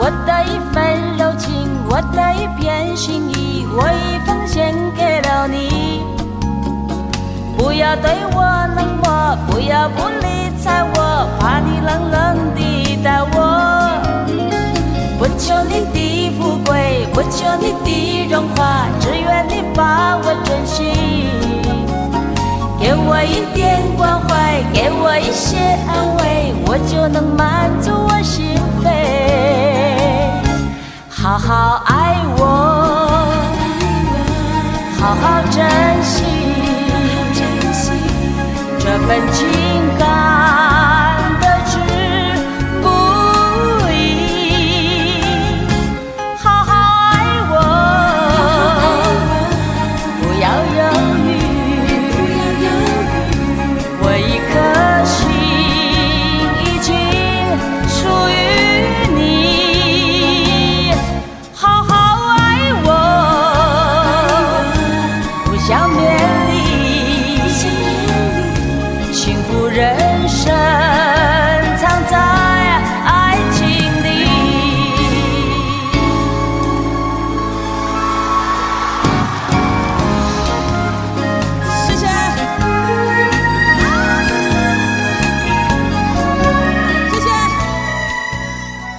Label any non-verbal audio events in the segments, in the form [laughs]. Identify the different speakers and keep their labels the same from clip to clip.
Speaker 1: 我的一份柔情，我的一片心意，我已奉献给了你。不要对我冷漠，不要不理睬我，怕你冷冷地待我。不求你的富贵，不求你的荣华，只愿你把我珍惜。给我一点关怀，给我一些安慰，我就能满足我心扉。好好爱我，好好珍惜这份情感的之不易。好好爱我，不要犹豫，我一颗心已经属于你，好好爱我，不想别离，幸福人生藏在爱情里。谢谢。谢谢。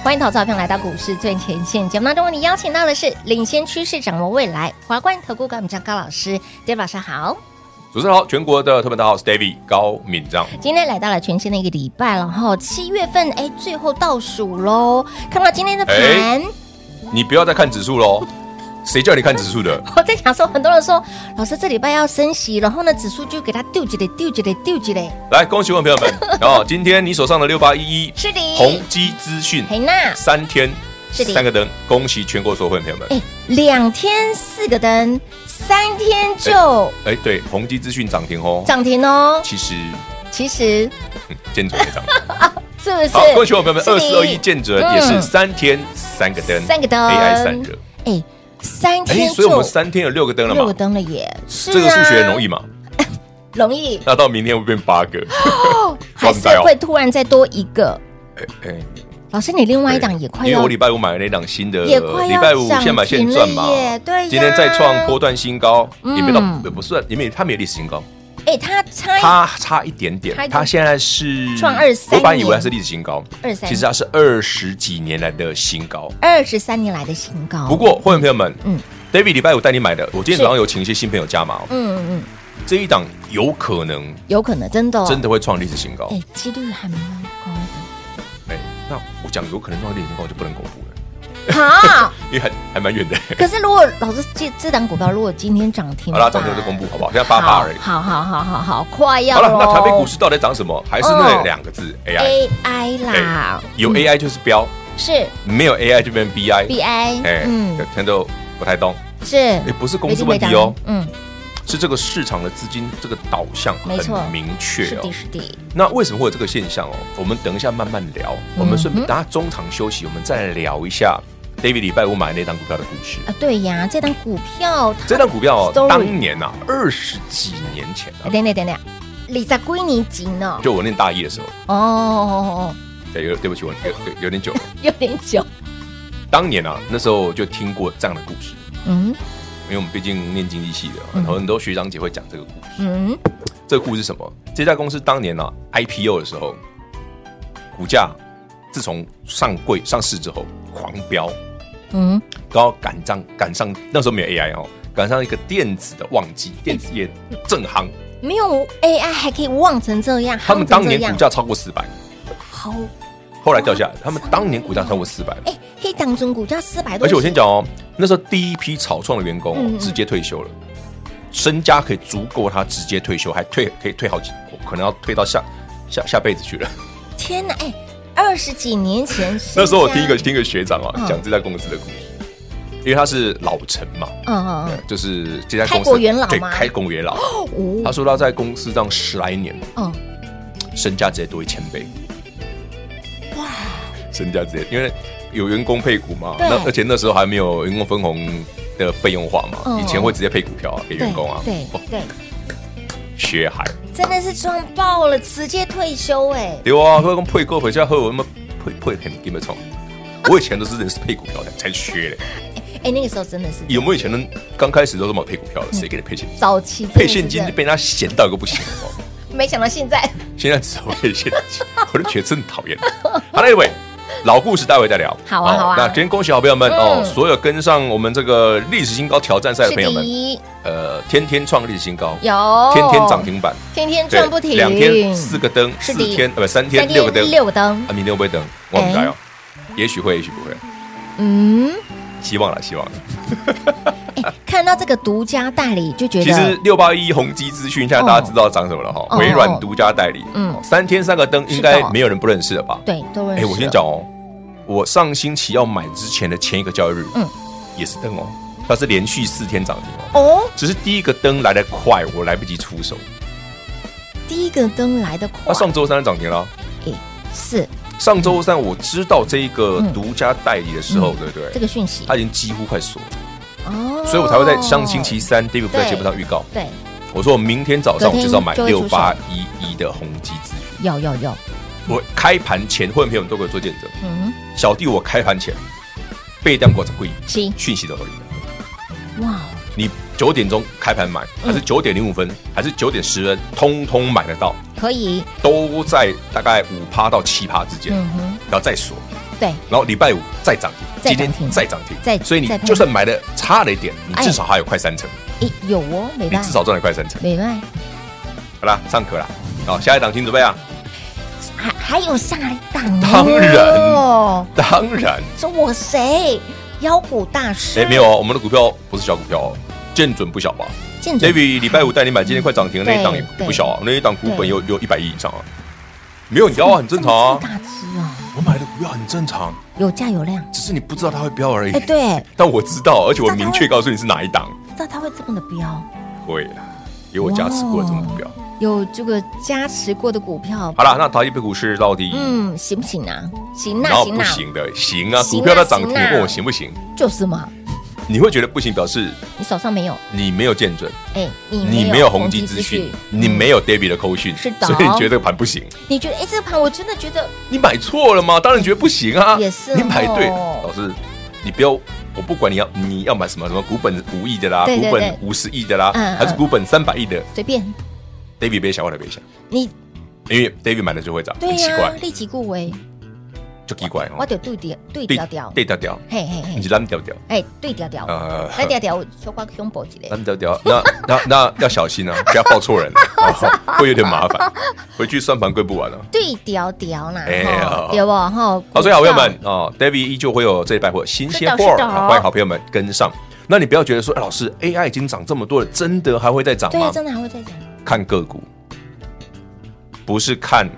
Speaker 2: 欢迎投资者朋友来到股市最前线节目当中，为你邀请到的是领先趋势、掌握未来华冠投顾高敏章高老师，David 老师好。
Speaker 3: 主持人好，全国的特别大号是 David 高敏章，
Speaker 2: 今天来到了全新的一个礼拜了哈，七月份哎最后倒数喽，看到今天的盘。
Speaker 3: 哎你不要再看指数喽，谁叫你看指数的？
Speaker 2: [laughs] 我在想说，很多人说老师这礼拜要升息，然后呢指数就给它丢几嘞，丢几嘞，丢几嘞。
Speaker 3: 来，恭喜我们朋友
Speaker 2: [laughs]
Speaker 3: 们哦！今天你手上的六八一一
Speaker 2: 是的
Speaker 3: 宏基资讯
Speaker 2: 嘿娜，
Speaker 3: 三天
Speaker 2: 哎是的
Speaker 3: 三个灯，恭喜全国所有会员朋友们。
Speaker 2: 哎，两天四个灯，三天就
Speaker 3: 哎，对，宏基资讯涨停哦，
Speaker 2: 涨停哦。
Speaker 3: 其实
Speaker 2: 其实
Speaker 3: 嗯建准也涨停。
Speaker 2: [laughs] 是不是？
Speaker 3: 好，恭喜我们朋友们，二
Speaker 2: 是
Speaker 3: 四
Speaker 2: 的
Speaker 3: 二一建准
Speaker 2: 嗯
Speaker 3: 也是三天三个灯，
Speaker 2: 三个灯
Speaker 3: AI 散热。
Speaker 2: 哎，三
Speaker 3: 哎，
Speaker 2: 天
Speaker 3: 所以我
Speaker 2: 就
Speaker 3: 们三天有六个灯了
Speaker 2: 六个
Speaker 3: 嘛？
Speaker 2: 灯了耶。是啊
Speaker 3: 这个数学容易嘛？
Speaker 2: 容易，
Speaker 3: 那到明天会变八个。
Speaker 2: 还是会突然再多一个。
Speaker 3: 哎，
Speaker 2: 老师，你另外一档
Speaker 3: 对
Speaker 2: 也快
Speaker 3: 因为
Speaker 2: 要
Speaker 3: 我礼拜五买了那档新的，
Speaker 2: 也快要
Speaker 3: 礼拜五现买现赚
Speaker 2: 涨
Speaker 3: 嘛
Speaker 2: 停了耶，对呀
Speaker 3: 今天再创波段新高，
Speaker 2: 嗯
Speaker 3: 也没到，不是，也没它没有历史新高，
Speaker 2: 哎，它差
Speaker 3: 它差一点点
Speaker 2: 差一，点
Speaker 3: 它现在是
Speaker 2: 创23
Speaker 3: 我本来以为它是历史新高，
Speaker 2: 23
Speaker 3: 其实它是二十几年来的新高。
Speaker 2: 二十三年来的新高。
Speaker 3: 不，过，会员朋友们，
Speaker 2: 嗯
Speaker 3: 嗯，David 礼拜五带你买的，我今天
Speaker 2: 是
Speaker 3: 早上有请一些新朋友加码哦，
Speaker 2: 嗯嗯嗯，
Speaker 3: 这一档有可能
Speaker 2: 有可能真的哦
Speaker 3: 真的会创历史新高。
Speaker 2: 哎，几率还蛮高的。
Speaker 3: 哎，那我讲有可能创历史新高就不能公布了， [laughs]
Speaker 2: 好，
Speaker 3: 因为还还蛮远的。
Speaker 2: 可是如果老师这这档股票如果今天涨停
Speaker 3: 好
Speaker 2: 板，
Speaker 3: 啦，涨停就公布好不好？现在八八而已。
Speaker 2: 好好好好好，快要
Speaker 3: 好了，那
Speaker 2: 咯
Speaker 3: 台北股市到底涨什么？还是
Speaker 2: 哦
Speaker 3: 那两个字 AI。
Speaker 2: AI 啦
Speaker 3: 哎，有 AI 就是标，
Speaker 2: 是
Speaker 3: 没有 AI 就变 BI。
Speaker 2: BI，
Speaker 3: 哎，
Speaker 2: 嗯，
Speaker 3: 全都不太懂，
Speaker 2: 是
Speaker 3: 哎，不是公司问题哦，
Speaker 2: 嗯，
Speaker 3: 是这个市场的资金这个导向
Speaker 2: 没错
Speaker 3: 很明确
Speaker 2: 是
Speaker 3: 哦
Speaker 2: 的，。是的，
Speaker 3: 那为什么会有这个现象哦？我们等一下慢慢聊，我们顺便大家中场休息，我们再来聊一下 David 礼拜五买那档股票的故事。
Speaker 2: 啊，对呀，这档股票它
Speaker 3: 这档股票
Speaker 2: Story 哎
Speaker 3: 哦，当年呐，二十几年前啊，
Speaker 2: 等等等等，你在归你急呢？
Speaker 3: 就我念大一的时候，
Speaker 2: 哦哦哦，
Speaker 3: 对，有对不起，我有有有点久了。
Speaker 2: 哦有点久，
Speaker 3: 当年啊，那时候我就听过这样的故事，
Speaker 2: 嗯
Speaker 3: 因为我们毕竟念经济系的，
Speaker 2: 嗯
Speaker 3: 很多很多学长姐会讲这个故事。
Speaker 2: 嗯，
Speaker 3: 这个故事是什么？这家公司当年啊 IPO 的时候，股价自从上柜上市之后狂飙，
Speaker 2: 嗯，
Speaker 3: 刚好赶上赶上那时候没有 AI 哦，赶上一个电子的旺季，电子业正夯。
Speaker 2: 没有 AI 还可以旺成这样，
Speaker 3: 他们
Speaker 2: 夯成
Speaker 3: 当
Speaker 2: 这
Speaker 3: 年
Speaker 2: 样
Speaker 3: 股价超过四百，
Speaker 2: 好，
Speaker 3: 后来掉下来。他们当年股价超过四百，
Speaker 2: 哎，黑涨中股价四百多，
Speaker 3: 而且我先讲哦，那时候第一批草创的员工
Speaker 2: 嗯嗯
Speaker 3: 哦直接退休了，身家可以足够他直接退休，还退可以退好几，可能要退到下下下辈子去了。
Speaker 2: 天哪，哎，二十几年前
Speaker 3: 那时候我听一个
Speaker 2: 身
Speaker 3: 听一个学长啊
Speaker 2: 嗯
Speaker 3: 讲这家公司的故事，因为他是老臣嘛，
Speaker 2: 家，嗯嗯
Speaker 3: 对就是这家
Speaker 2: 开
Speaker 3: 公司
Speaker 2: 国元老
Speaker 3: 对，
Speaker 2: 吗
Speaker 3: 开国元老。
Speaker 2: 嗯，
Speaker 3: 他
Speaker 2: 哦，
Speaker 3: 说他在公司这样十来年，
Speaker 2: 嗯，
Speaker 3: 身价直接多一千倍。哇！身价直接，因为有员工配股嘛，
Speaker 2: 对
Speaker 3: 那而且那时候还没有员工分红的费用化嘛，
Speaker 2: 嗯
Speaker 3: 以前会直接配股票啊，给
Speaker 2: 对
Speaker 3: 员工啊，
Speaker 2: 对
Speaker 3: 哦
Speaker 2: 对，
Speaker 3: 血海
Speaker 2: 真的是赚爆了，直接退休哎，
Speaker 3: 对啊，会跟配股回家后我们配配很低的冲。我以前都是人是配股票的才缺的，
Speaker 2: 哎，那个时候真的是
Speaker 3: 有没有以前人刚开始都这么配股
Speaker 2: 嗯
Speaker 3: 票的？谁给你配现金？
Speaker 2: 早期真的
Speaker 3: 配
Speaker 2: 是
Speaker 3: 现金
Speaker 2: 这样
Speaker 3: 被人家嫌到一个不行哦。
Speaker 2: 没想到现在
Speaker 3: 现在只会配现金，我就觉得真讨厌。 [laughs] 好了，各位，老故事待会再聊。哦
Speaker 2: 好啊好啊
Speaker 3: 那今天恭喜好朋友们、
Speaker 2: 嗯
Speaker 3: 哦，所有跟上我们这个历史新高挑战赛的
Speaker 2: 是
Speaker 3: 朋友们
Speaker 2: 第，一，
Speaker 3: 呃，天天创历史新高，
Speaker 2: 有
Speaker 3: 天天涨，停板，
Speaker 2: 天天
Speaker 3: 对
Speaker 2: 赚不停，
Speaker 3: 两天四个灯，
Speaker 2: 是
Speaker 3: 四
Speaker 2: 的
Speaker 3: 天呃不三
Speaker 2: 三
Speaker 3: 天六个灯，
Speaker 2: 六个
Speaker 3: [laughs]
Speaker 2: 灯
Speaker 3: 啊，，明天会不会灯？我们来哦，也许会，也许不会，
Speaker 2: 嗯，
Speaker 3: 希望啦，希望啦。
Speaker 2: 哎，看到这个独家代理就觉
Speaker 3: 其实
Speaker 2: 得
Speaker 3: 六八一宏基资讯，现在大家知道涨什么了哈、
Speaker 2: 哦
Speaker 3: 微软独家代理，
Speaker 2: 嗯
Speaker 3: 嗯，三天三个灯，
Speaker 2: 是
Speaker 3: 应
Speaker 2: 的
Speaker 3: 该没有人不认识了吧？
Speaker 2: 对，都认
Speaker 3: 哎、
Speaker 2: 识。
Speaker 3: 我先，讲哦，我上星期要买之前的前一个交易日，
Speaker 2: 嗯
Speaker 3: 嗯，也是灯哦，它是连续四天涨停哦，
Speaker 2: 哦，
Speaker 3: 只是第一个灯来得快，我来不及出手。
Speaker 2: 第一个灯来的
Speaker 3: 那
Speaker 2: 快，
Speaker 3: 上周三就涨停了啊，
Speaker 2: 哎，是
Speaker 3: 上周
Speaker 2: 嗯
Speaker 3: 三我知道这一个独家代理的时候，对不
Speaker 2: 这
Speaker 3: 对？
Speaker 2: 个讯息
Speaker 3: 它已经几乎快锁了，
Speaker 2: 嗯哦，
Speaker 3: 所以我才会在上星期三 David 在节目上预告，
Speaker 2: 对，
Speaker 3: 我说我明天早上
Speaker 2: 隔天
Speaker 3: 我就是要买
Speaker 2: 就会
Speaker 3: 六
Speaker 2: 出手
Speaker 3: 八一一的宏基资讯。
Speaker 2: 有有有，
Speaker 3: 我开盘前，会员朋友们都给我做见证，
Speaker 2: 嗯，
Speaker 3: 小弟我开盘前背单股怎贵，
Speaker 2: 是
Speaker 3: 讯息都合理的。
Speaker 2: 哇，
Speaker 3: 你九点钟开盘买，还是
Speaker 2: 嗯
Speaker 3: 九点零五分，还是九点十分，通通买得到，
Speaker 2: 可以，
Speaker 3: 都在大概五趴到七趴之间，
Speaker 2: 嗯哼，
Speaker 3: 然后再锁，
Speaker 2: 对，
Speaker 3: 然后礼拜五再涨停，
Speaker 2: 再
Speaker 3: 今
Speaker 2: 涨停
Speaker 3: 天再涨停，
Speaker 2: 再
Speaker 3: 所以你
Speaker 2: 再喷
Speaker 3: 就算买的差了一点，你
Speaker 2: 哎
Speaker 3: 至少还有快三成，
Speaker 2: 诶，有哦，美
Speaker 3: 你
Speaker 2: 拜，
Speaker 3: 至少赚了快三成。
Speaker 2: 美拜，
Speaker 3: 好啦，上课啦，好，下一档请准备啊， [laughs]
Speaker 2: 还还有上来档，
Speaker 3: 当然
Speaker 2: 哦，
Speaker 3: 当然，
Speaker 2: 说我谁？妖股大师，
Speaker 3: 哎，没有，哦，我们的股票不是小股票哦，见准不小吧
Speaker 2: 见准
Speaker 3: ？David 礼拜五带你买今天快涨停的那一档也
Speaker 2: 嗯对
Speaker 3: 不小啊，那一档股
Speaker 2: 对
Speaker 3: 本有有一百亿以上啊，没有你要啊，很正常啊
Speaker 2: 这么。大只哦，
Speaker 3: 我买的股票很正常，
Speaker 2: 有价有量，
Speaker 3: 只是你不知道它会飙而已。
Speaker 2: 哎，对，
Speaker 3: 但我知道，而且我明
Speaker 2: 知道它会
Speaker 3: 确告诉你是哪一档。
Speaker 2: 知道它会这么的飙。
Speaker 3: 会啦，有我加持过的这么股票。
Speaker 2: 有这个加持过的股票，
Speaker 3: 好了，那逃一倍股市到底，
Speaker 2: 嗯，行不行啊？行
Speaker 3: 然
Speaker 2: 啊，
Speaker 3: 后
Speaker 2: 行
Speaker 3: 不
Speaker 2: 啊，
Speaker 3: 行的，行啊，
Speaker 2: 行啊
Speaker 3: 股票它涨停，
Speaker 2: 行啊
Speaker 3: 问我行不行？
Speaker 2: 就是嘛，
Speaker 3: 你会觉得不行，表示
Speaker 2: 你手上没有，
Speaker 3: 你没有见准，
Speaker 2: 哎，你
Speaker 3: 你没有宏基资讯，你
Speaker 2: 嗯
Speaker 3: 没有 David 的扣讯，
Speaker 2: 是的
Speaker 3: 所以你觉得这个盘不行，
Speaker 2: 你觉得哎，这个盘我真的觉得
Speaker 3: 你买错了吗？当然觉得不行啊，
Speaker 2: 也是哦
Speaker 3: 你买对，老师，你不要。我不管你要你要买什么什么股本五亿的啦，
Speaker 2: 对对
Speaker 3: 股
Speaker 2: 对
Speaker 3: 本五十亿的啦，
Speaker 2: 嗯嗯
Speaker 3: 还是股本三百亿的
Speaker 2: 随便
Speaker 3: ，David 别想，我来别想。
Speaker 2: 你，
Speaker 3: 因为 David 买了就会涨，
Speaker 2: 对
Speaker 3: 很奇
Speaker 2: 呀
Speaker 3: 怪，，
Speaker 2: 立即固为，
Speaker 3: 就奇怪
Speaker 2: 我
Speaker 3: 哦。
Speaker 2: 得对调对调调，
Speaker 3: 对调调，
Speaker 2: 嘿嘿嘿
Speaker 3: 你，是烂调调，
Speaker 2: 哎，对调调，
Speaker 3: 呃，
Speaker 2: 来调调，我小瓜胸脯一嘞，
Speaker 3: 烂调调，那那那要
Speaker 2: [laughs]
Speaker 3: 小心啊，不要报错人啊，哦会有点麻烦，回去算盘跪不完啊。
Speaker 2: 对调调啦，
Speaker 3: 哎
Speaker 2: 吼
Speaker 3: 好
Speaker 2: 对不吼？
Speaker 3: 好，所以好朋友们啊，David 依旧会有这一拜会有新鲜货
Speaker 2: 是的是的
Speaker 3: 儿，啊欢迎好朋友们跟上。那你不要觉得说，哎，老师 AI 已经涨这么多了，真的还会再涨
Speaker 2: 对啊，
Speaker 3: 吗？
Speaker 2: 真的还会再讲，
Speaker 3: 看个股，不是看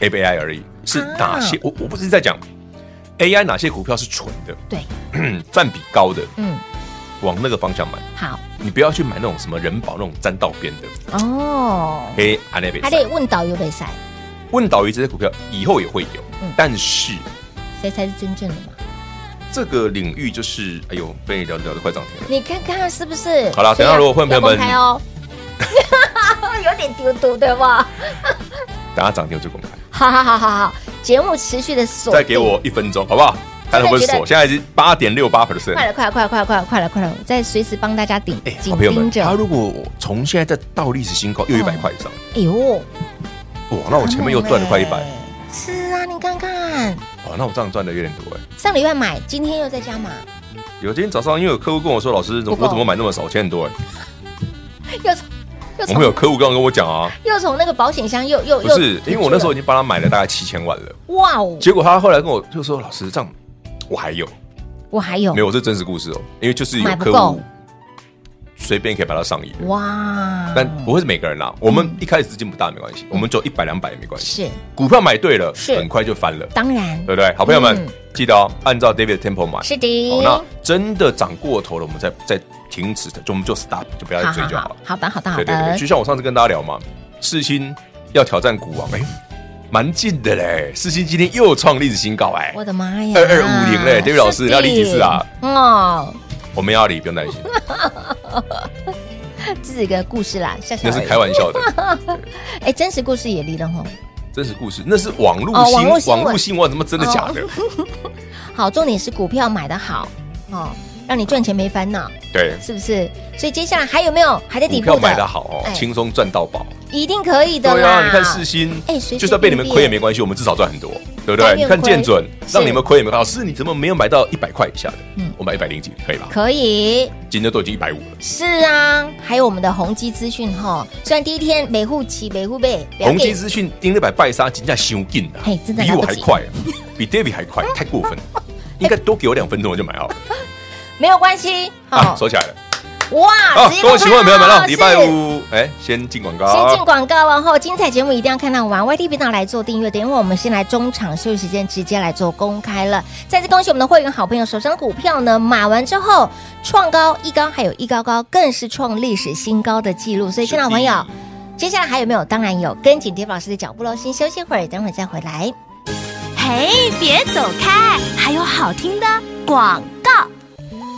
Speaker 3: AI 而已，是
Speaker 2: 啊
Speaker 3: 哪些？我我不是在讲 AI 哪些股票是蠢的，
Speaker 2: 对，
Speaker 3: 占比高的，
Speaker 2: 嗯，
Speaker 3: 往那个方向买。
Speaker 2: 好
Speaker 3: 你不要去买那种什么人保那种沾到边的，
Speaker 2: 哦，
Speaker 3: 嘿，安内贝
Speaker 2: 还得问导游比赛，
Speaker 3: 问导鱼这些股票以后也会有，
Speaker 2: 嗯
Speaker 3: 但是
Speaker 2: 谁才是真正的嘛？
Speaker 3: 这个领域就是，哎呦，被你聊着聊着快涨停了。
Speaker 2: 你看看是不是？
Speaker 3: 好啦
Speaker 2: 所以
Speaker 3: 等一下如果混朋友们
Speaker 2: 要公开哦，
Speaker 3: [laughs]
Speaker 2: 有点丢丢对吧？
Speaker 3: 等它涨停我就公开，
Speaker 2: 好好好好好，节目持续的锁，
Speaker 3: 再给，我一分钟，好不好？看能不
Speaker 2: 嗯
Speaker 3: 能
Speaker 2: 觉得
Speaker 3: 锁，现在已经八点六八 percent。
Speaker 2: 快了快了快了快了快了快了快了，我再随时帮大家顶
Speaker 3: 哎，
Speaker 2: 紧
Speaker 3: 好朋友们，
Speaker 2: 盯着。
Speaker 3: 它如果从现在再到历史新高，又一百块以上，
Speaker 2: 哎呦，
Speaker 3: 哇，那我前面又赚了快一百
Speaker 2: 很，猛哎。是啊，你看看，
Speaker 3: 哇，那我这样赚的有点多哎。
Speaker 2: 上礼拜买，今天又在加码，
Speaker 3: 有今天早上，因为有客户跟我说，老师，
Speaker 2: 不
Speaker 3: 我
Speaker 2: 够
Speaker 3: 怎么买那么少，钱很多哎。
Speaker 2: 又从又
Speaker 3: 我们
Speaker 2: 从
Speaker 3: 有客户刚刚跟我讲啊，
Speaker 2: 又从那个保险箱又又
Speaker 3: 不
Speaker 2: 又
Speaker 3: 是，因为我那时候已经帮他买了大概七千万了。
Speaker 2: 哇哦，
Speaker 3: 结果他后来跟我就说：“老师，这样我还有
Speaker 2: 我还有
Speaker 3: 哦没有？这真实故事哦，因为就是有
Speaker 2: 买不
Speaker 3: 客
Speaker 2: 够嗯
Speaker 3: 户随便可以把它上亿。
Speaker 2: 哇，
Speaker 3: 但不会是每个人啦，
Speaker 2: 嗯
Speaker 3: 我们一开始资金不大没关系，我们走一百两百也没关系。
Speaker 2: 是
Speaker 3: 股票买对了，
Speaker 2: 嗯是
Speaker 3: 很快就翻了，
Speaker 2: 当然
Speaker 3: 对不对？好朋友们
Speaker 2: 嗯，
Speaker 3: 记得哦，按照 David 的 tempo 买。
Speaker 2: 是
Speaker 3: 好，
Speaker 2: 的，
Speaker 3: 那真的涨过头了，我们再再停止，就我们就 stop，就不要再追就好了。
Speaker 2: 好的，好的，好
Speaker 3: 对对对，
Speaker 2: 的
Speaker 3: 就，像我上次跟大家聊嘛，世新要挑战股王，哎，蛮近的嘞。世新今天又创历史新高，哎，
Speaker 2: 我的妈呀，
Speaker 3: 2250嘞，David 老师
Speaker 2: 是的
Speaker 3: 要立几次啊？
Speaker 2: 哦，
Speaker 3: 我们要理，不
Speaker 2: [laughs]
Speaker 3: 用担心，
Speaker 2: 这是一个故事啦，笑笑
Speaker 3: 那
Speaker 2: 而已。
Speaker 3: 是开玩笑
Speaker 2: [laughs]
Speaker 3: 的，
Speaker 2: 哎，真实故事也离了吼。
Speaker 3: 真实故事，那是网络
Speaker 2: 哦网
Speaker 3: 新
Speaker 2: 络新闻哦
Speaker 3: 网络新闻，怎么真的假的？
Speaker 2: 好，重点是股票买的好哦，让你赚钱没烦恼，
Speaker 3: 对，
Speaker 2: 是不是？所以接下来还有没有还在底部
Speaker 3: 股票买的
Speaker 2: 的？
Speaker 3: 好哦
Speaker 2: 哎，
Speaker 3: 轻松赚到宝。
Speaker 2: 一定可以的
Speaker 3: 对
Speaker 2: 啦。
Speaker 3: 啊，你看世新
Speaker 2: 哎随随，
Speaker 3: 就算被你们亏也
Speaker 2: 便便
Speaker 3: 没关系，我们至少赚很多，对
Speaker 2: 但
Speaker 3: 不对？
Speaker 2: 愿
Speaker 3: 你看
Speaker 2: 亏嗯
Speaker 3: 建准，
Speaker 2: 是
Speaker 3: 让你们亏也没关系。老师，你怎么没有买到一百块以下的？我买一百零几可以吧？
Speaker 2: 可以，
Speaker 3: 今天都已经一百五了。
Speaker 2: 是啊，还有我们的宏基资讯哈，虽然第一天每户起每户背，不要
Speaker 3: 宏基
Speaker 2: 给
Speaker 3: 资讯盯了百拜杀，金价修劲了，
Speaker 2: 嘿真的
Speaker 3: 比
Speaker 2: 来不
Speaker 3: 我
Speaker 2: 及
Speaker 3: 还快，啊比 David 还快，太过分
Speaker 2: [laughs]
Speaker 3: 了。应该多给我两分钟，我就买好了
Speaker 2: 没有关系，
Speaker 3: 啊！
Speaker 2: 好
Speaker 3: 收起来了。
Speaker 2: 哇，
Speaker 3: 好
Speaker 2: 哦啊直，接
Speaker 3: 各位
Speaker 2: 公
Speaker 3: 喜欢
Speaker 2: 开
Speaker 3: 没有买到
Speaker 2: 了
Speaker 3: 礼拜。
Speaker 2: 是
Speaker 3: 五？哎，先进广
Speaker 2: 先进
Speaker 3: 告。
Speaker 2: 广告，然后精彩节目一定要看到完。YT 频道来做订阅的，因为我们先来中场休息时间直接来做公开了。再次恭喜我们的会员好朋友，手上的股票呢买完之后创高一高，还有一高高，更是创历史新高的记录。所以，
Speaker 3: 是
Speaker 2: 新老朋友
Speaker 3: 的，
Speaker 2: 接下来还有没有？当然有，跟紧 d a 老师的脚步喽。先休息会儿，等会儿再回来。
Speaker 4: 嘿，别走开，还有好听的广告。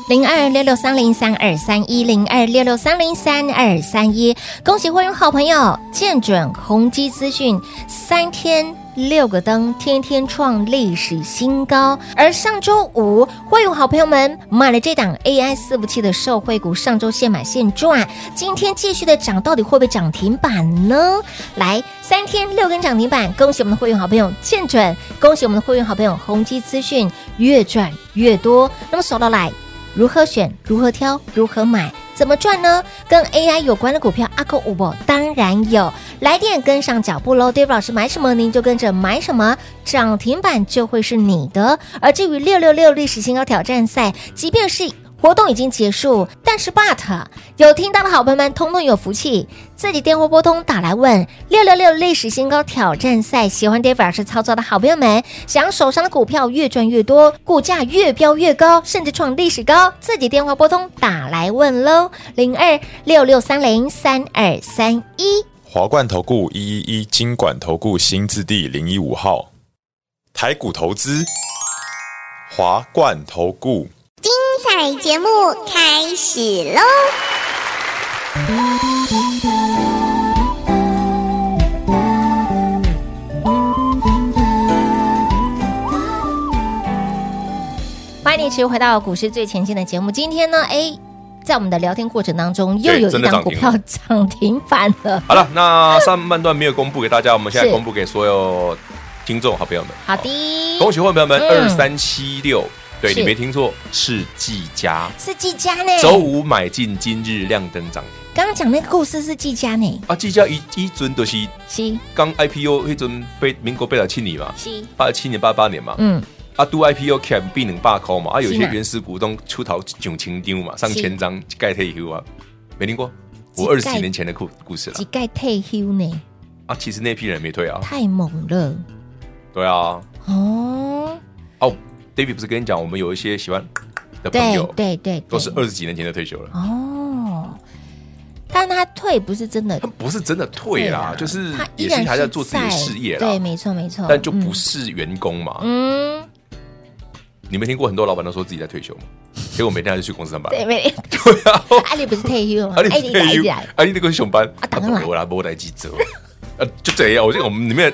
Speaker 2: 零二六六三零三二三一零二六六三零三二三一。恭喜会员好朋友见准宏基资讯三天。六个灯，天天创历史新高。而上周五，会有好朋友们买了这档 AI 伺服器的受惠股，上周现买现赚，今天继续的涨，到底会不会涨停板呢？来，三天六根涨停板，恭喜我们的会员好朋友见准，恭喜我们的会员好朋友宏基资讯越赚越多。那么手到来，如何选，如何挑，如何买，怎么赚呢？跟 AI 有关的股票，阿扣五宝当然有，来电跟上脚步喽。Dave 老师买什么，您就跟着买什么，涨停板就会是你的。而至于六六六历史新高挑战赛，即便是活动已经结束，但是 but 有听到的好朋友们，通通有福气，自己电话拨通打来问六六六历史新高挑战赛，喜欢 Dave 老师操作的好朋友们，想手上的股票越赚越多，股价越飙越高，甚至创历史高，自己电话拨通打来问喽，零二六六三零三二三一。
Speaker 5: 华冠投顾一一一金管投顾新字第零一五号，台股投资，华冠投顾。
Speaker 6: 彩节目开始喽！
Speaker 2: 欢迎你持续回到股市最前线的节目。今天呢，哎，在我们的聊天过程当中，又
Speaker 3: 对
Speaker 2: 有一
Speaker 3: 真的
Speaker 2: 档
Speaker 3: 涨
Speaker 2: 股
Speaker 3: 停
Speaker 2: 票
Speaker 3: 了
Speaker 2: 涨停板了。
Speaker 3: 好了，那上半段没有公布给大家，我们现在
Speaker 2: 是
Speaker 3: 公布给所有听众好朋友们。
Speaker 2: 好的，
Speaker 3: 恭喜会员们
Speaker 2: 嗯
Speaker 3: 二三七六，对
Speaker 2: 是
Speaker 3: 你没听错，是技嘉。
Speaker 2: 是技嘉呢。
Speaker 3: 周五买进，今日亮灯涨停
Speaker 2: 刚刚讲那个故事是技嘉呢，
Speaker 3: 啊！技嘉一一尊都是
Speaker 2: 七
Speaker 3: 刚 IPO 那阵被民国被来七年嘛，
Speaker 2: 七，
Speaker 3: 八七年八八年嘛，
Speaker 2: 嗯，
Speaker 3: 啊，都 IPO cap 必能罢扣嘛，啊，有
Speaker 2: 是
Speaker 3: 些
Speaker 2: 嘛
Speaker 3: 原始股东出逃囧情丢嘛，上
Speaker 2: 是
Speaker 3: 千张盖退休啊，没听过？
Speaker 2: 几
Speaker 3: 我二十
Speaker 2: 盖
Speaker 3: 几年前的故故事了
Speaker 2: 几盖退休呢，
Speaker 3: 啊，其实那批人没退啊，
Speaker 2: 太猛了
Speaker 3: 对啊，
Speaker 2: 哦。
Speaker 3: 哦，David 不是跟你讲，我们有一些喜欢的朋
Speaker 2: 对对
Speaker 3: 友
Speaker 2: 啊对，对
Speaker 3: 都是二十几年前的退休了，
Speaker 2: 哦，但他退不是真的
Speaker 3: 他们不是真的退啦，就是
Speaker 2: 啊他依
Speaker 3: 也
Speaker 2: 然
Speaker 3: 是还
Speaker 2: 是
Speaker 3: 在做自己的事业
Speaker 2: 在对，
Speaker 3: 啦，
Speaker 2: 没错没错，
Speaker 3: 但就不
Speaker 2: 嗯
Speaker 3: 是员工嘛，
Speaker 2: 嗯，
Speaker 3: 你没听过很多老板都说自己在退休
Speaker 2: [laughs]
Speaker 3: 吗？结果每天还是去公司上班。
Speaker 2: 对没
Speaker 3: [laughs]
Speaker 2: [laughs]
Speaker 3: 对啊，
Speaker 2: 阿里不是退
Speaker 3: [laughs]
Speaker 2: 休吗？
Speaker 3: 啊你
Speaker 2: 哎来
Speaker 3: 退休，
Speaker 2: 来
Speaker 3: 啊你那个上班，
Speaker 2: 啊当然
Speaker 3: 没啦，没来记者， [laughs] 啊就这样。我觉得我们里面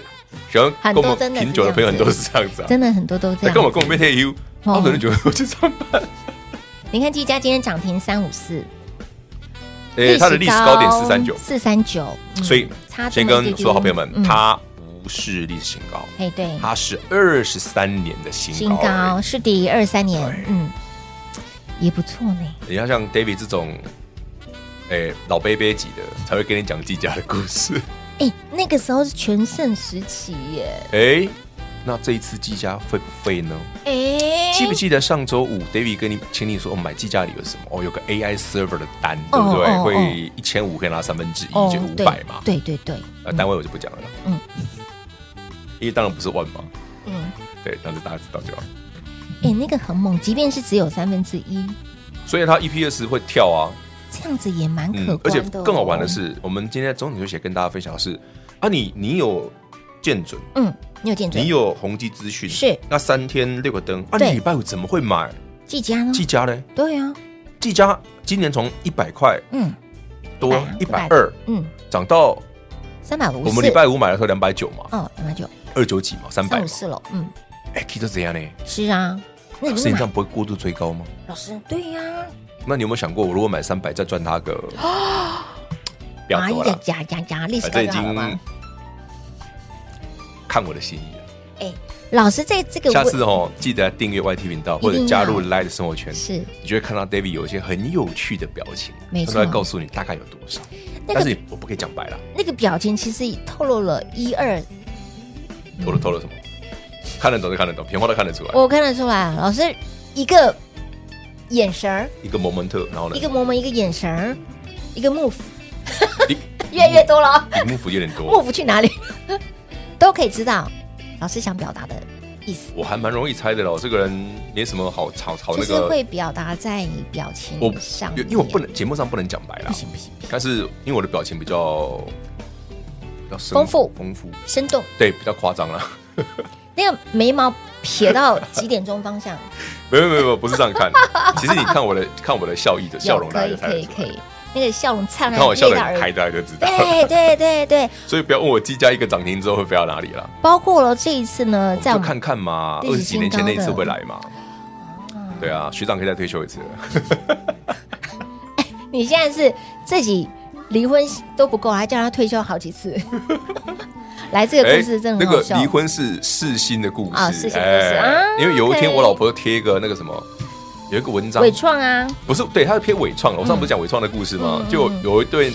Speaker 3: 喜欢
Speaker 2: 很
Speaker 3: 跟
Speaker 2: 多
Speaker 3: 我们
Speaker 2: 真的是
Speaker 3: 品酒的朋友很多是这样子啊，
Speaker 2: 真的很多都这
Speaker 3: 他跟我
Speaker 2: 样。
Speaker 3: 跟我们退休，
Speaker 2: 哦
Speaker 3: 他啊可能觉得 [laughs] 我去上班。
Speaker 2: 你看技嘉今天涨停三五四，
Speaker 3: 诶，哎他的历史高点四三九，
Speaker 2: 四三九，嗯
Speaker 3: 所以
Speaker 2: 差这
Speaker 3: 先
Speaker 2: 么一
Speaker 3: 跟
Speaker 2: 丢
Speaker 3: 所有好朋友们，
Speaker 2: 嗯
Speaker 3: 他不是历史新高，
Speaker 2: 哎对，
Speaker 3: 他是二十三年的新
Speaker 2: 新
Speaker 3: 高而
Speaker 2: 高是第二三年
Speaker 3: 对，
Speaker 2: 嗯，也不错呢。
Speaker 3: 已。你要像 David 这种。诶老贝贝级的才会跟你讲自家的故事。
Speaker 2: 哎，那个时候是全盛时期耶，
Speaker 3: 诶，那这一次技嘉会不会呢？
Speaker 2: 哎，
Speaker 3: 记不记得上周五 David 跟你请你说，哦，买计价理由是什么？哦，有个 AI server 的单，对不对？
Speaker 2: 哦哦哦
Speaker 3: 会一千五可以拿三分之一，
Speaker 2: 哦
Speaker 3: 就五百嘛。
Speaker 2: 对对对，对
Speaker 3: 呃，单位我就不讲了啦。
Speaker 2: 嗯，
Speaker 3: 因为当然不是万嘛，
Speaker 2: 嗯，
Speaker 3: 对，但是大家知道就好。
Speaker 2: 哎，那个很猛，即便是只有三分之一，
Speaker 3: 所以它 EPS 会跳啊，嗯
Speaker 2: 这样子也蛮可观的哦。
Speaker 3: 而且更好玩的是，我们今天在中点休息跟大家分享的是啊你，你有见准，
Speaker 2: 嗯，你有见证，
Speaker 3: 你有宏基资讯，
Speaker 2: 是
Speaker 3: 那三天六个灯啊，
Speaker 2: 对
Speaker 3: 你礼拜五怎么会买
Speaker 2: 技嘉呢？
Speaker 3: 技嘉呢？
Speaker 2: 对啊，
Speaker 3: 技嘉今年从一百块
Speaker 2: 嗯
Speaker 3: 多一百二
Speaker 2: 嗯，
Speaker 3: 涨到
Speaker 2: 三百五十，
Speaker 3: 我们礼拜五买的时候两百九嘛，
Speaker 2: 哦两百九，
Speaker 3: 二九几嘛，三百
Speaker 2: 三
Speaker 3: 嘛
Speaker 2: 五，四了，嗯，
Speaker 3: 哎，可以就这样呢？
Speaker 2: 是啊，那
Speaker 3: 老
Speaker 2: 你
Speaker 3: 师，
Speaker 2: 就
Speaker 3: 你这
Speaker 2: 买
Speaker 3: 样不会过度追高吗？
Speaker 2: 老师对呀，
Speaker 3: 那你有没有想过，我如果买三百，再赚它
Speaker 2: [gasps]
Speaker 3: 个不要
Speaker 2: 哎
Speaker 3: 多
Speaker 2: 呀
Speaker 3: 了，
Speaker 2: 呀呀呀，历史
Speaker 3: 反
Speaker 2: 高
Speaker 3: 哎
Speaker 2: 就
Speaker 3: 正已
Speaker 2: 好了
Speaker 3: 经
Speaker 2: 嘛。
Speaker 3: 看我的心意了。
Speaker 2: 老师在这个
Speaker 3: 下
Speaker 2: 位
Speaker 3: 次哦，记得订阅 YT 频道或
Speaker 2: 一
Speaker 3: 者
Speaker 2: 定
Speaker 3: 加
Speaker 2: 要
Speaker 3: 入 Light 生活圈，
Speaker 2: 是
Speaker 3: 你就会看到 David 有一些很有趣的表情，
Speaker 2: 没
Speaker 3: 他
Speaker 2: 错
Speaker 3: 都在告诉你大概有多少。
Speaker 2: 那
Speaker 3: 但
Speaker 2: 个
Speaker 3: 是我不可以讲白了，
Speaker 2: 那个表情，其实透露了一二，嗯
Speaker 3: 透露透露什么？看得懂就看得懂，平话都看得出来。
Speaker 2: 我看得出来啊，老师一个眼神儿，
Speaker 3: 一个 moment，然后呢，
Speaker 2: 一个萌萌，一个眼神儿，一个 move，
Speaker 3: 一
Speaker 2: [laughs] 越来越多了啊。
Speaker 3: 幕府有点多，
Speaker 2: move 去哪里， [laughs] 都可以知道老师想表达的意思，
Speaker 3: 我还蛮容易猜的了。我这个人没什么好吵吵
Speaker 2: 就
Speaker 3: 哦那
Speaker 2: 是
Speaker 3: 个，
Speaker 2: 会表达在表情
Speaker 3: 我
Speaker 2: 上面
Speaker 3: 因为我不能节目上不能讲白啦
Speaker 2: 不，行不行，不行
Speaker 3: 但是因为我的表情比较比较生
Speaker 2: 丰富
Speaker 3: 丰富，
Speaker 2: 生动，
Speaker 3: 对，比较夸张啦。 [laughs]
Speaker 2: 那个眉毛撇到几点钟方向，
Speaker 3: 没有没有没有，不是这样
Speaker 2: [laughs]
Speaker 3: 看。其实你看我的看我的笑意的 [laughs] 笑容，
Speaker 2: 有
Speaker 3: 大
Speaker 2: 可
Speaker 3: 家
Speaker 2: 以
Speaker 3: 就猜
Speaker 2: 可
Speaker 3: 得
Speaker 2: 以
Speaker 3: 出
Speaker 2: 可
Speaker 3: 来。
Speaker 2: 以，那个笑容灿烂，
Speaker 3: 看我笑
Speaker 2: 泪
Speaker 3: 的
Speaker 2: 到耳
Speaker 3: 开，大家就知道。
Speaker 2: 对对对对，
Speaker 3: [laughs] 所以不要问我计价一个涨停之后会飞到哪里啦，
Speaker 2: 包括了这一次呢，
Speaker 3: 我们
Speaker 2: 在我
Speaker 3: 就
Speaker 2: 们
Speaker 3: 看看嘛。
Speaker 2: 历
Speaker 3: 二
Speaker 2: 史
Speaker 3: 十几年前那一次
Speaker 2: 新高
Speaker 3: 会
Speaker 2: 的
Speaker 3: 来嘛？对啊，学长可以再退休一次了。
Speaker 2: 你现在是自己离婚都不够，还叫他退休好几
Speaker 3: [laughs]
Speaker 2: 次。来，这个故事真的很
Speaker 3: 哎那
Speaker 2: 好
Speaker 3: 个
Speaker 2: 笑。
Speaker 3: 离婚是世新的故事，哎
Speaker 2: 啊世新的故事啊
Speaker 3: 因为有一天
Speaker 2: OK
Speaker 3: 我老婆贴一个那个什么，有一个文章
Speaker 2: 伪，创嗯啊，
Speaker 3: 不是对，她是贴伪创的。我上次不是讲伪创的故事吗？就有一对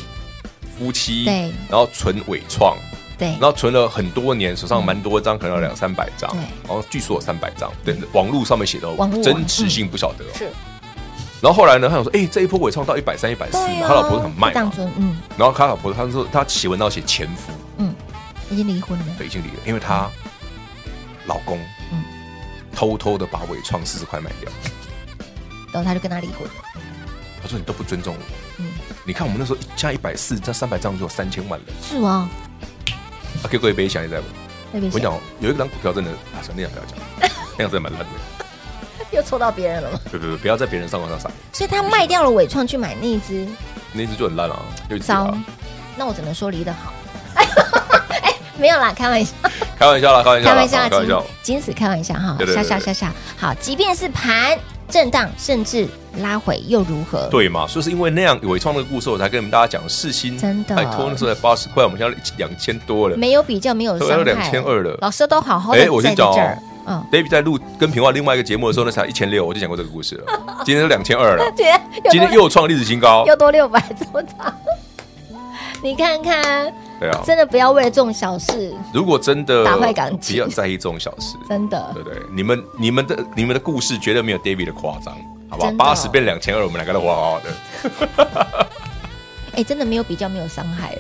Speaker 3: 夫妻，
Speaker 2: 嗯对
Speaker 3: 然后存伪创，
Speaker 2: 对
Speaker 3: 然后存了很多年，手上蛮多张，可能有两三百张
Speaker 2: 对，
Speaker 3: 然后据说有三百张，对，网络上面写的哦
Speaker 2: 网络，嗯
Speaker 3: 真实性不晓得哦。
Speaker 2: 是
Speaker 3: 然后后来呢，他想说，哎，这一波伪创到一百三、一百四
Speaker 2: 对
Speaker 3: 嘛
Speaker 2: 啊，
Speaker 3: 他老婆很卖
Speaker 2: 就当
Speaker 3: 嘛，
Speaker 2: 初嗯
Speaker 3: 然后他老婆他说他写文到写前夫，
Speaker 2: 已经离婚了，
Speaker 3: 对，已经离了，因为她老公
Speaker 2: 嗯
Speaker 3: 偷偷的把伟创四十块卖掉。
Speaker 2: 然后他就跟他离婚了。
Speaker 3: 他说你都不尊重我。
Speaker 2: 嗯
Speaker 3: 你看我们那时候加一百四，加三百张就有三千万了。
Speaker 2: 是哦，
Speaker 3: 啊，给各位杯想一下，我
Speaker 2: 那边
Speaker 3: 跟你讲哦，有一张股票真的，啊，算了那样不要讲，那样真的蛮烂的。
Speaker 2: 又抽到别人了嘛，
Speaker 3: 不不不，不要在别人伤口上撒，
Speaker 2: 所以他卖掉了伟创去买那一只
Speaker 3: 那只就很烂啊，就一只
Speaker 2: 糟
Speaker 3: 啊。，
Speaker 2: 那我只能说离得好。 [laughs] 哎，没有啦，开玩笑，
Speaker 3: 开玩笑啦，开玩笑
Speaker 2: 开
Speaker 3: 啦，
Speaker 2: 玩笑啊
Speaker 3: 好
Speaker 2: 啦，
Speaker 3: 开
Speaker 2: 仅
Speaker 3: 玩笑。
Speaker 2: 仅此开玩笑哈
Speaker 3: 对，对
Speaker 2: 笑
Speaker 3: 对
Speaker 2: 笑笑笑。好，即便是盘震荡，甚至拉回又如何？
Speaker 3: 对嘛，所以是因为那样伟创那个故事，我才跟你们大家讲世新，
Speaker 2: 真的
Speaker 3: 拜托那时候才八十块，我们现在两千多了。
Speaker 2: 没有比较，没有伤
Speaker 3: 都
Speaker 2: 害。
Speaker 3: 要2200了
Speaker 2: 老师都好好的
Speaker 3: 哎我
Speaker 2: 在
Speaker 3: 先
Speaker 2: 这
Speaker 3: 讲哦
Speaker 2: 儿。嗯，
Speaker 3: David 在录跟平话另外一个节目的时候，那才一千六，我就讲过这个故事了。 [laughs] 今天都两千二了，
Speaker 2: [laughs] 对啊，又
Speaker 3: 今天
Speaker 2: 多
Speaker 3: 又创历史新高。
Speaker 2: 又多六百多张， [laughs] 你看看，
Speaker 3: 对啊，
Speaker 2: 真的不要为了这种小事，
Speaker 3: 如果真的
Speaker 2: 打坏感
Speaker 3: 不
Speaker 2: 情
Speaker 3: 要在意这种小事，
Speaker 2: 真的
Speaker 3: 对不对？你们、你们的、你们的故事绝对没有 David 的夸张，好不好？
Speaker 2: 真的哦
Speaker 3: 八十变两千二，我们两个都好好的，
Speaker 2: 哎，真的没有比较，没有伤害，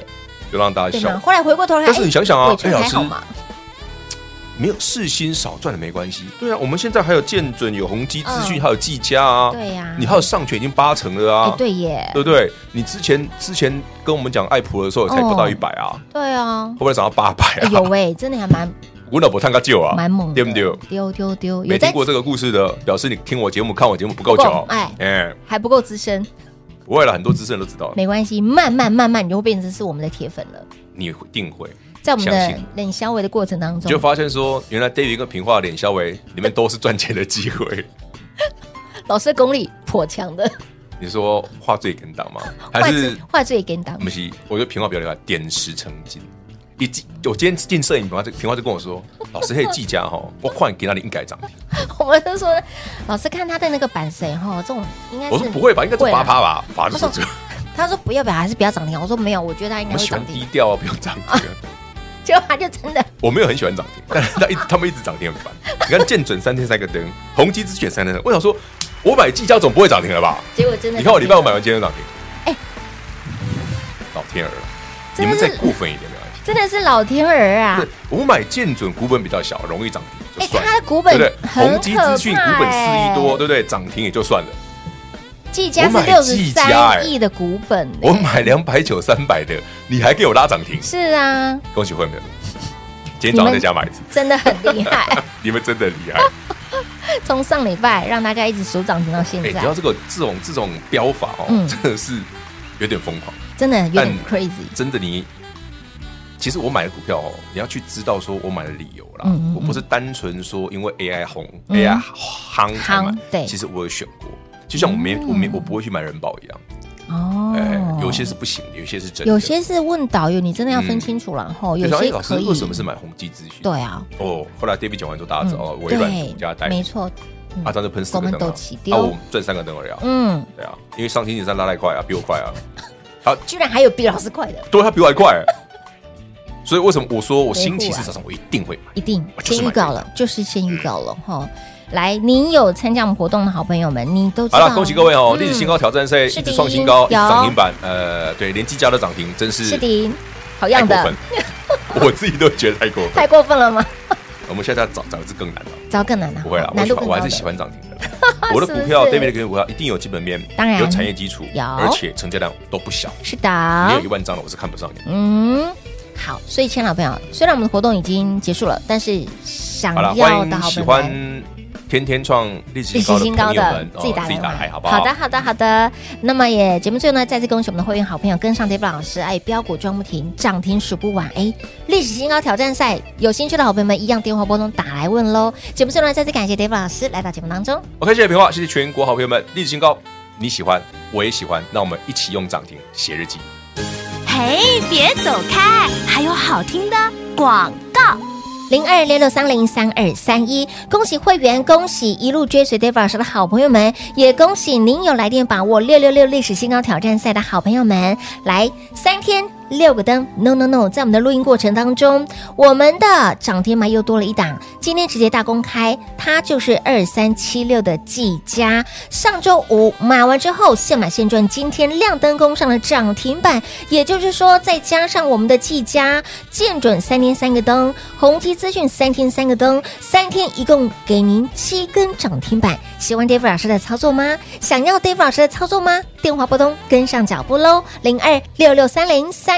Speaker 3: 就让大家
Speaker 2: 对吗？
Speaker 3: 笑。
Speaker 2: 后来回过头来，
Speaker 3: 哎但是
Speaker 2: 哎
Speaker 3: 你想想啊
Speaker 2: 伟，
Speaker 3: 哎，
Speaker 2: 创
Speaker 3: 老
Speaker 2: 还
Speaker 3: 师
Speaker 2: 好嘛，
Speaker 3: 没有事心少赚的没关系。对啊，我们现在还有建准、有宏基资讯，
Speaker 2: 嗯
Speaker 3: 还有技嘉啊，
Speaker 2: 对呀
Speaker 3: 你还有上权已经八成了
Speaker 2: 哎
Speaker 3: 啊，，
Speaker 2: 对耶，
Speaker 3: 对不对？你之前之前跟我们讲爱普的时候，才不到
Speaker 2: 哦
Speaker 3: 一百啊，
Speaker 2: 对啊
Speaker 3: 会，不会涨到八百
Speaker 2: 哎
Speaker 3: 啊？
Speaker 2: 有哎，真的还蛮
Speaker 3: 我老婆探个旧啊，
Speaker 2: 蛮猛的，
Speaker 3: 对不对？
Speaker 2: 丢丢丢，有
Speaker 3: 没
Speaker 2: 在
Speaker 3: 听过这个故事的，表示你听我节目、看我节目不够
Speaker 2: 不
Speaker 3: 久
Speaker 2: 够，哎
Speaker 3: 哎。
Speaker 2: 还不够资深，
Speaker 3: 不会了，很多资深人都知道，
Speaker 2: 没关系，慢慢慢慢，你就会变成是我们的铁粉了。
Speaker 3: 你一定会。
Speaker 2: 在我们
Speaker 3: 相
Speaker 2: 的
Speaker 3: 信
Speaker 2: 冷消微的过程当
Speaker 3: 你就
Speaker 2: 中，
Speaker 3: 发现说，原来 David 跟平化的脸肖维里面都是赚钱的机会。
Speaker 2: 老师的功力颇强的，
Speaker 3: 你说话最跟当
Speaker 2: [laughs]
Speaker 3: 吗？
Speaker 2: 画
Speaker 3: 还
Speaker 2: 质
Speaker 3: 是
Speaker 2: 画质也给你当
Speaker 3: 不。是？我觉得平化比较厉害，点石成金。一进我今天进摄影平化，这平化就跟
Speaker 2: [laughs]
Speaker 3: 我说，老师嘿技嘉哈，我快给他应该涨停。
Speaker 2: [laughs] 我们就说，老师看他的那个版谁哈，这种应该是啊
Speaker 3: 我说不会吧，应该是八
Speaker 2: 啦
Speaker 3: 趴吧，八就是这个。
Speaker 2: 他说不要表，还是不要涨停。我说没有，我觉得他应
Speaker 3: 我
Speaker 2: 该
Speaker 3: 们
Speaker 2: 会
Speaker 3: 喜欢
Speaker 2: 涨
Speaker 3: 低
Speaker 2: 停。
Speaker 3: 调啊，不用涨停啊。
Speaker 2: 结果它就真的
Speaker 3: 我没有很喜欢涨停，但是他一直他们一直涨停很烦。你看建准三天三个灯，宏基之选三天三个，我想说，我买技嘉总不会涨停了吧？
Speaker 2: 结果真的。
Speaker 3: 你看我礼拜五买完，今天就涨停。
Speaker 2: 哎
Speaker 3: 老天儿啊，你
Speaker 2: 真的
Speaker 3: 们
Speaker 2: 是
Speaker 3: 再过分一点没关系。
Speaker 2: 真的是老天儿啊
Speaker 3: 对！，我买建准股本比较小，容易涨停
Speaker 2: 哎、
Speaker 3: 就算了，
Speaker 2: 它的股本
Speaker 3: 对不对？
Speaker 2: 很欸可怕、哎
Speaker 3: 宏基资讯股本四亿多，，对不对？涨停也就算了，
Speaker 2: 技嘉
Speaker 3: 我
Speaker 2: 是
Speaker 3: 买
Speaker 2: 六十
Speaker 3: 技嘉哎
Speaker 2: 三亿的股本、
Speaker 3: 我买两百九、三百的，你还给我拉涨停，
Speaker 2: 是啊，
Speaker 3: 恭喜会员们！今天早上在家买一次，
Speaker 2: 真的很厉
Speaker 3: [laughs]
Speaker 2: 害。
Speaker 3: 你们真的很厉害。
Speaker 2: 从上礼拜让大家一直数涨停到现
Speaker 3: 哎、你
Speaker 2: 在，
Speaker 3: 知道这个这种这种标法哦，
Speaker 2: 嗯
Speaker 3: 真的是有点疯狂。
Speaker 2: 真的有点
Speaker 3: 但
Speaker 2: crazy。
Speaker 3: 真的你，其实我买的股票哦，你要去知道说我买的理由啦。
Speaker 2: 嗯嗯嗯
Speaker 3: 我不是单纯说因为 AI 红、
Speaker 2: 嗯
Speaker 3: AI 夯才买
Speaker 2: 夯，对嗯
Speaker 3: 其实我有选过。就像我没、我没我不会去买人保一样，
Speaker 2: 哦，
Speaker 3: 哎、有些是不行的，有些是真的。
Speaker 2: 有些是问导游，你真的要分
Speaker 3: 嗯
Speaker 2: 清楚了吼。
Speaker 3: 就
Speaker 2: 有
Speaker 3: 像哎
Speaker 2: 些
Speaker 3: 老师
Speaker 2: 可以
Speaker 3: 为什么是买宏基资讯？
Speaker 2: 对啊，
Speaker 3: 哦，后来 David 讲完之后，大家知道、啊哦
Speaker 2: 嗯，
Speaker 3: 微软
Speaker 2: 对
Speaker 3: 股价带
Speaker 2: 没错，嗯
Speaker 3: 阿张就喷四
Speaker 2: 我
Speaker 3: 个
Speaker 2: 们
Speaker 3: 灯
Speaker 2: 都
Speaker 3: 啊
Speaker 2: 起，
Speaker 3: 啊，
Speaker 2: 丢
Speaker 3: 我赚三个灯而已啊，
Speaker 2: 嗯，
Speaker 3: 对啊，因为上星期三拉太快啊，比我快啊，
Speaker 2: 居然还有比老师快的，
Speaker 3: 对，他比我还快、
Speaker 2: [laughs]
Speaker 3: 所以为什么我说我星期
Speaker 2: 维护
Speaker 3: 四
Speaker 2: 啊
Speaker 3: 早上我一定会买？
Speaker 2: 一定
Speaker 3: 我哦就是
Speaker 2: 先预
Speaker 3: 买嗯
Speaker 2: 告
Speaker 3: 这
Speaker 2: 了，就是先预告了哈。来，您有参加我们活动的好朋友们，你都知
Speaker 3: 好
Speaker 2: 道。
Speaker 3: 了，恭喜各位哦！
Speaker 2: 嗯
Speaker 3: 历史新高挑战赛一
Speaker 2: 是的
Speaker 3: 直创新高，一直
Speaker 2: 有
Speaker 3: 涨停板，呃，对，连技嘉都涨停，真是
Speaker 2: 是的，好
Speaker 3: 太
Speaker 2: 样
Speaker 3: 过
Speaker 2: 的
Speaker 3: 分，， [laughs] 我自己都觉得太过分。
Speaker 2: 太过分了吗？
Speaker 3: 我们现在要找找一只更难的，
Speaker 2: 找更难的，
Speaker 3: 不会啦，我
Speaker 2: 哦难
Speaker 3: 喜
Speaker 2: 度
Speaker 3: 欢
Speaker 2: 更
Speaker 3: 我
Speaker 2: 高
Speaker 3: 还是
Speaker 2: 的
Speaker 3: 喜。欢涨
Speaker 2: [laughs]
Speaker 3: 停的。我的
Speaker 2: 是不
Speaker 3: 股票
Speaker 2: 是
Speaker 3: ，David 的股票一定有基本面，
Speaker 2: 当然
Speaker 3: 有产业基础，
Speaker 2: 有
Speaker 3: 而且成交量都不小，
Speaker 2: 是
Speaker 3: 没有
Speaker 2: 的
Speaker 3: 一，万张的我是看不上你。
Speaker 2: 嗯，好，所以，亲爱的朋友，虽然我们的活动已经结束了，但是想
Speaker 3: 好了，
Speaker 2: 要
Speaker 3: 欢
Speaker 2: 的
Speaker 3: 迎
Speaker 2: 好
Speaker 3: 喜
Speaker 2: 朋友
Speaker 3: 欢
Speaker 2: 们。
Speaker 3: 天天创历史
Speaker 2: 历史
Speaker 3: 新
Speaker 2: 新
Speaker 3: 高
Speaker 2: 高
Speaker 3: 的朋友
Speaker 2: 的
Speaker 3: 们，，
Speaker 2: 自己
Speaker 3: 哦
Speaker 2: 打
Speaker 3: 自己打来
Speaker 2: 来
Speaker 3: 好
Speaker 2: 好
Speaker 3: 不好？
Speaker 2: 好的，好的，好的。那么也节目最后呢，再次恭喜我们的会员好朋友跟上 David 老师，哎，标股庄不停，涨停数不完，哎，历史新高挑战赛，有兴趣的好朋友们一样电话拨通打来问喽。节目最后呢，再次感谢 David 老师来到节目当中，
Speaker 3: OK，谢谢平话，谢谢全国好朋友们，历史新高，你喜欢，我也喜欢，那我们一起用涨停写日记。
Speaker 4: 嘿，别走开，还有好听的广告。
Speaker 2: 零二六六三零三二三一，恭喜会员，恭喜一路追随 David 老师的好朋友们，也恭喜您有来电把握六六六历史新高挑战赛的好朋友们。来，三天六个灯，no no no，在我们的录音过程当中，我们的涨停板又多了一档，今天直接大公开，它就是二三七六的技嘉。上周五买完之后现买现赚，今天亮灯攻上了涨停板，也就是说再加上我们的技嘉、见准三天三个灯、宏基资讯三天三个灯，三天一共给您七根涨停板。喜欢 Dave 老师的操作吗？想要 Dave 老师的操作吗？电话拨通，跟上脚步喽，零二六六三零三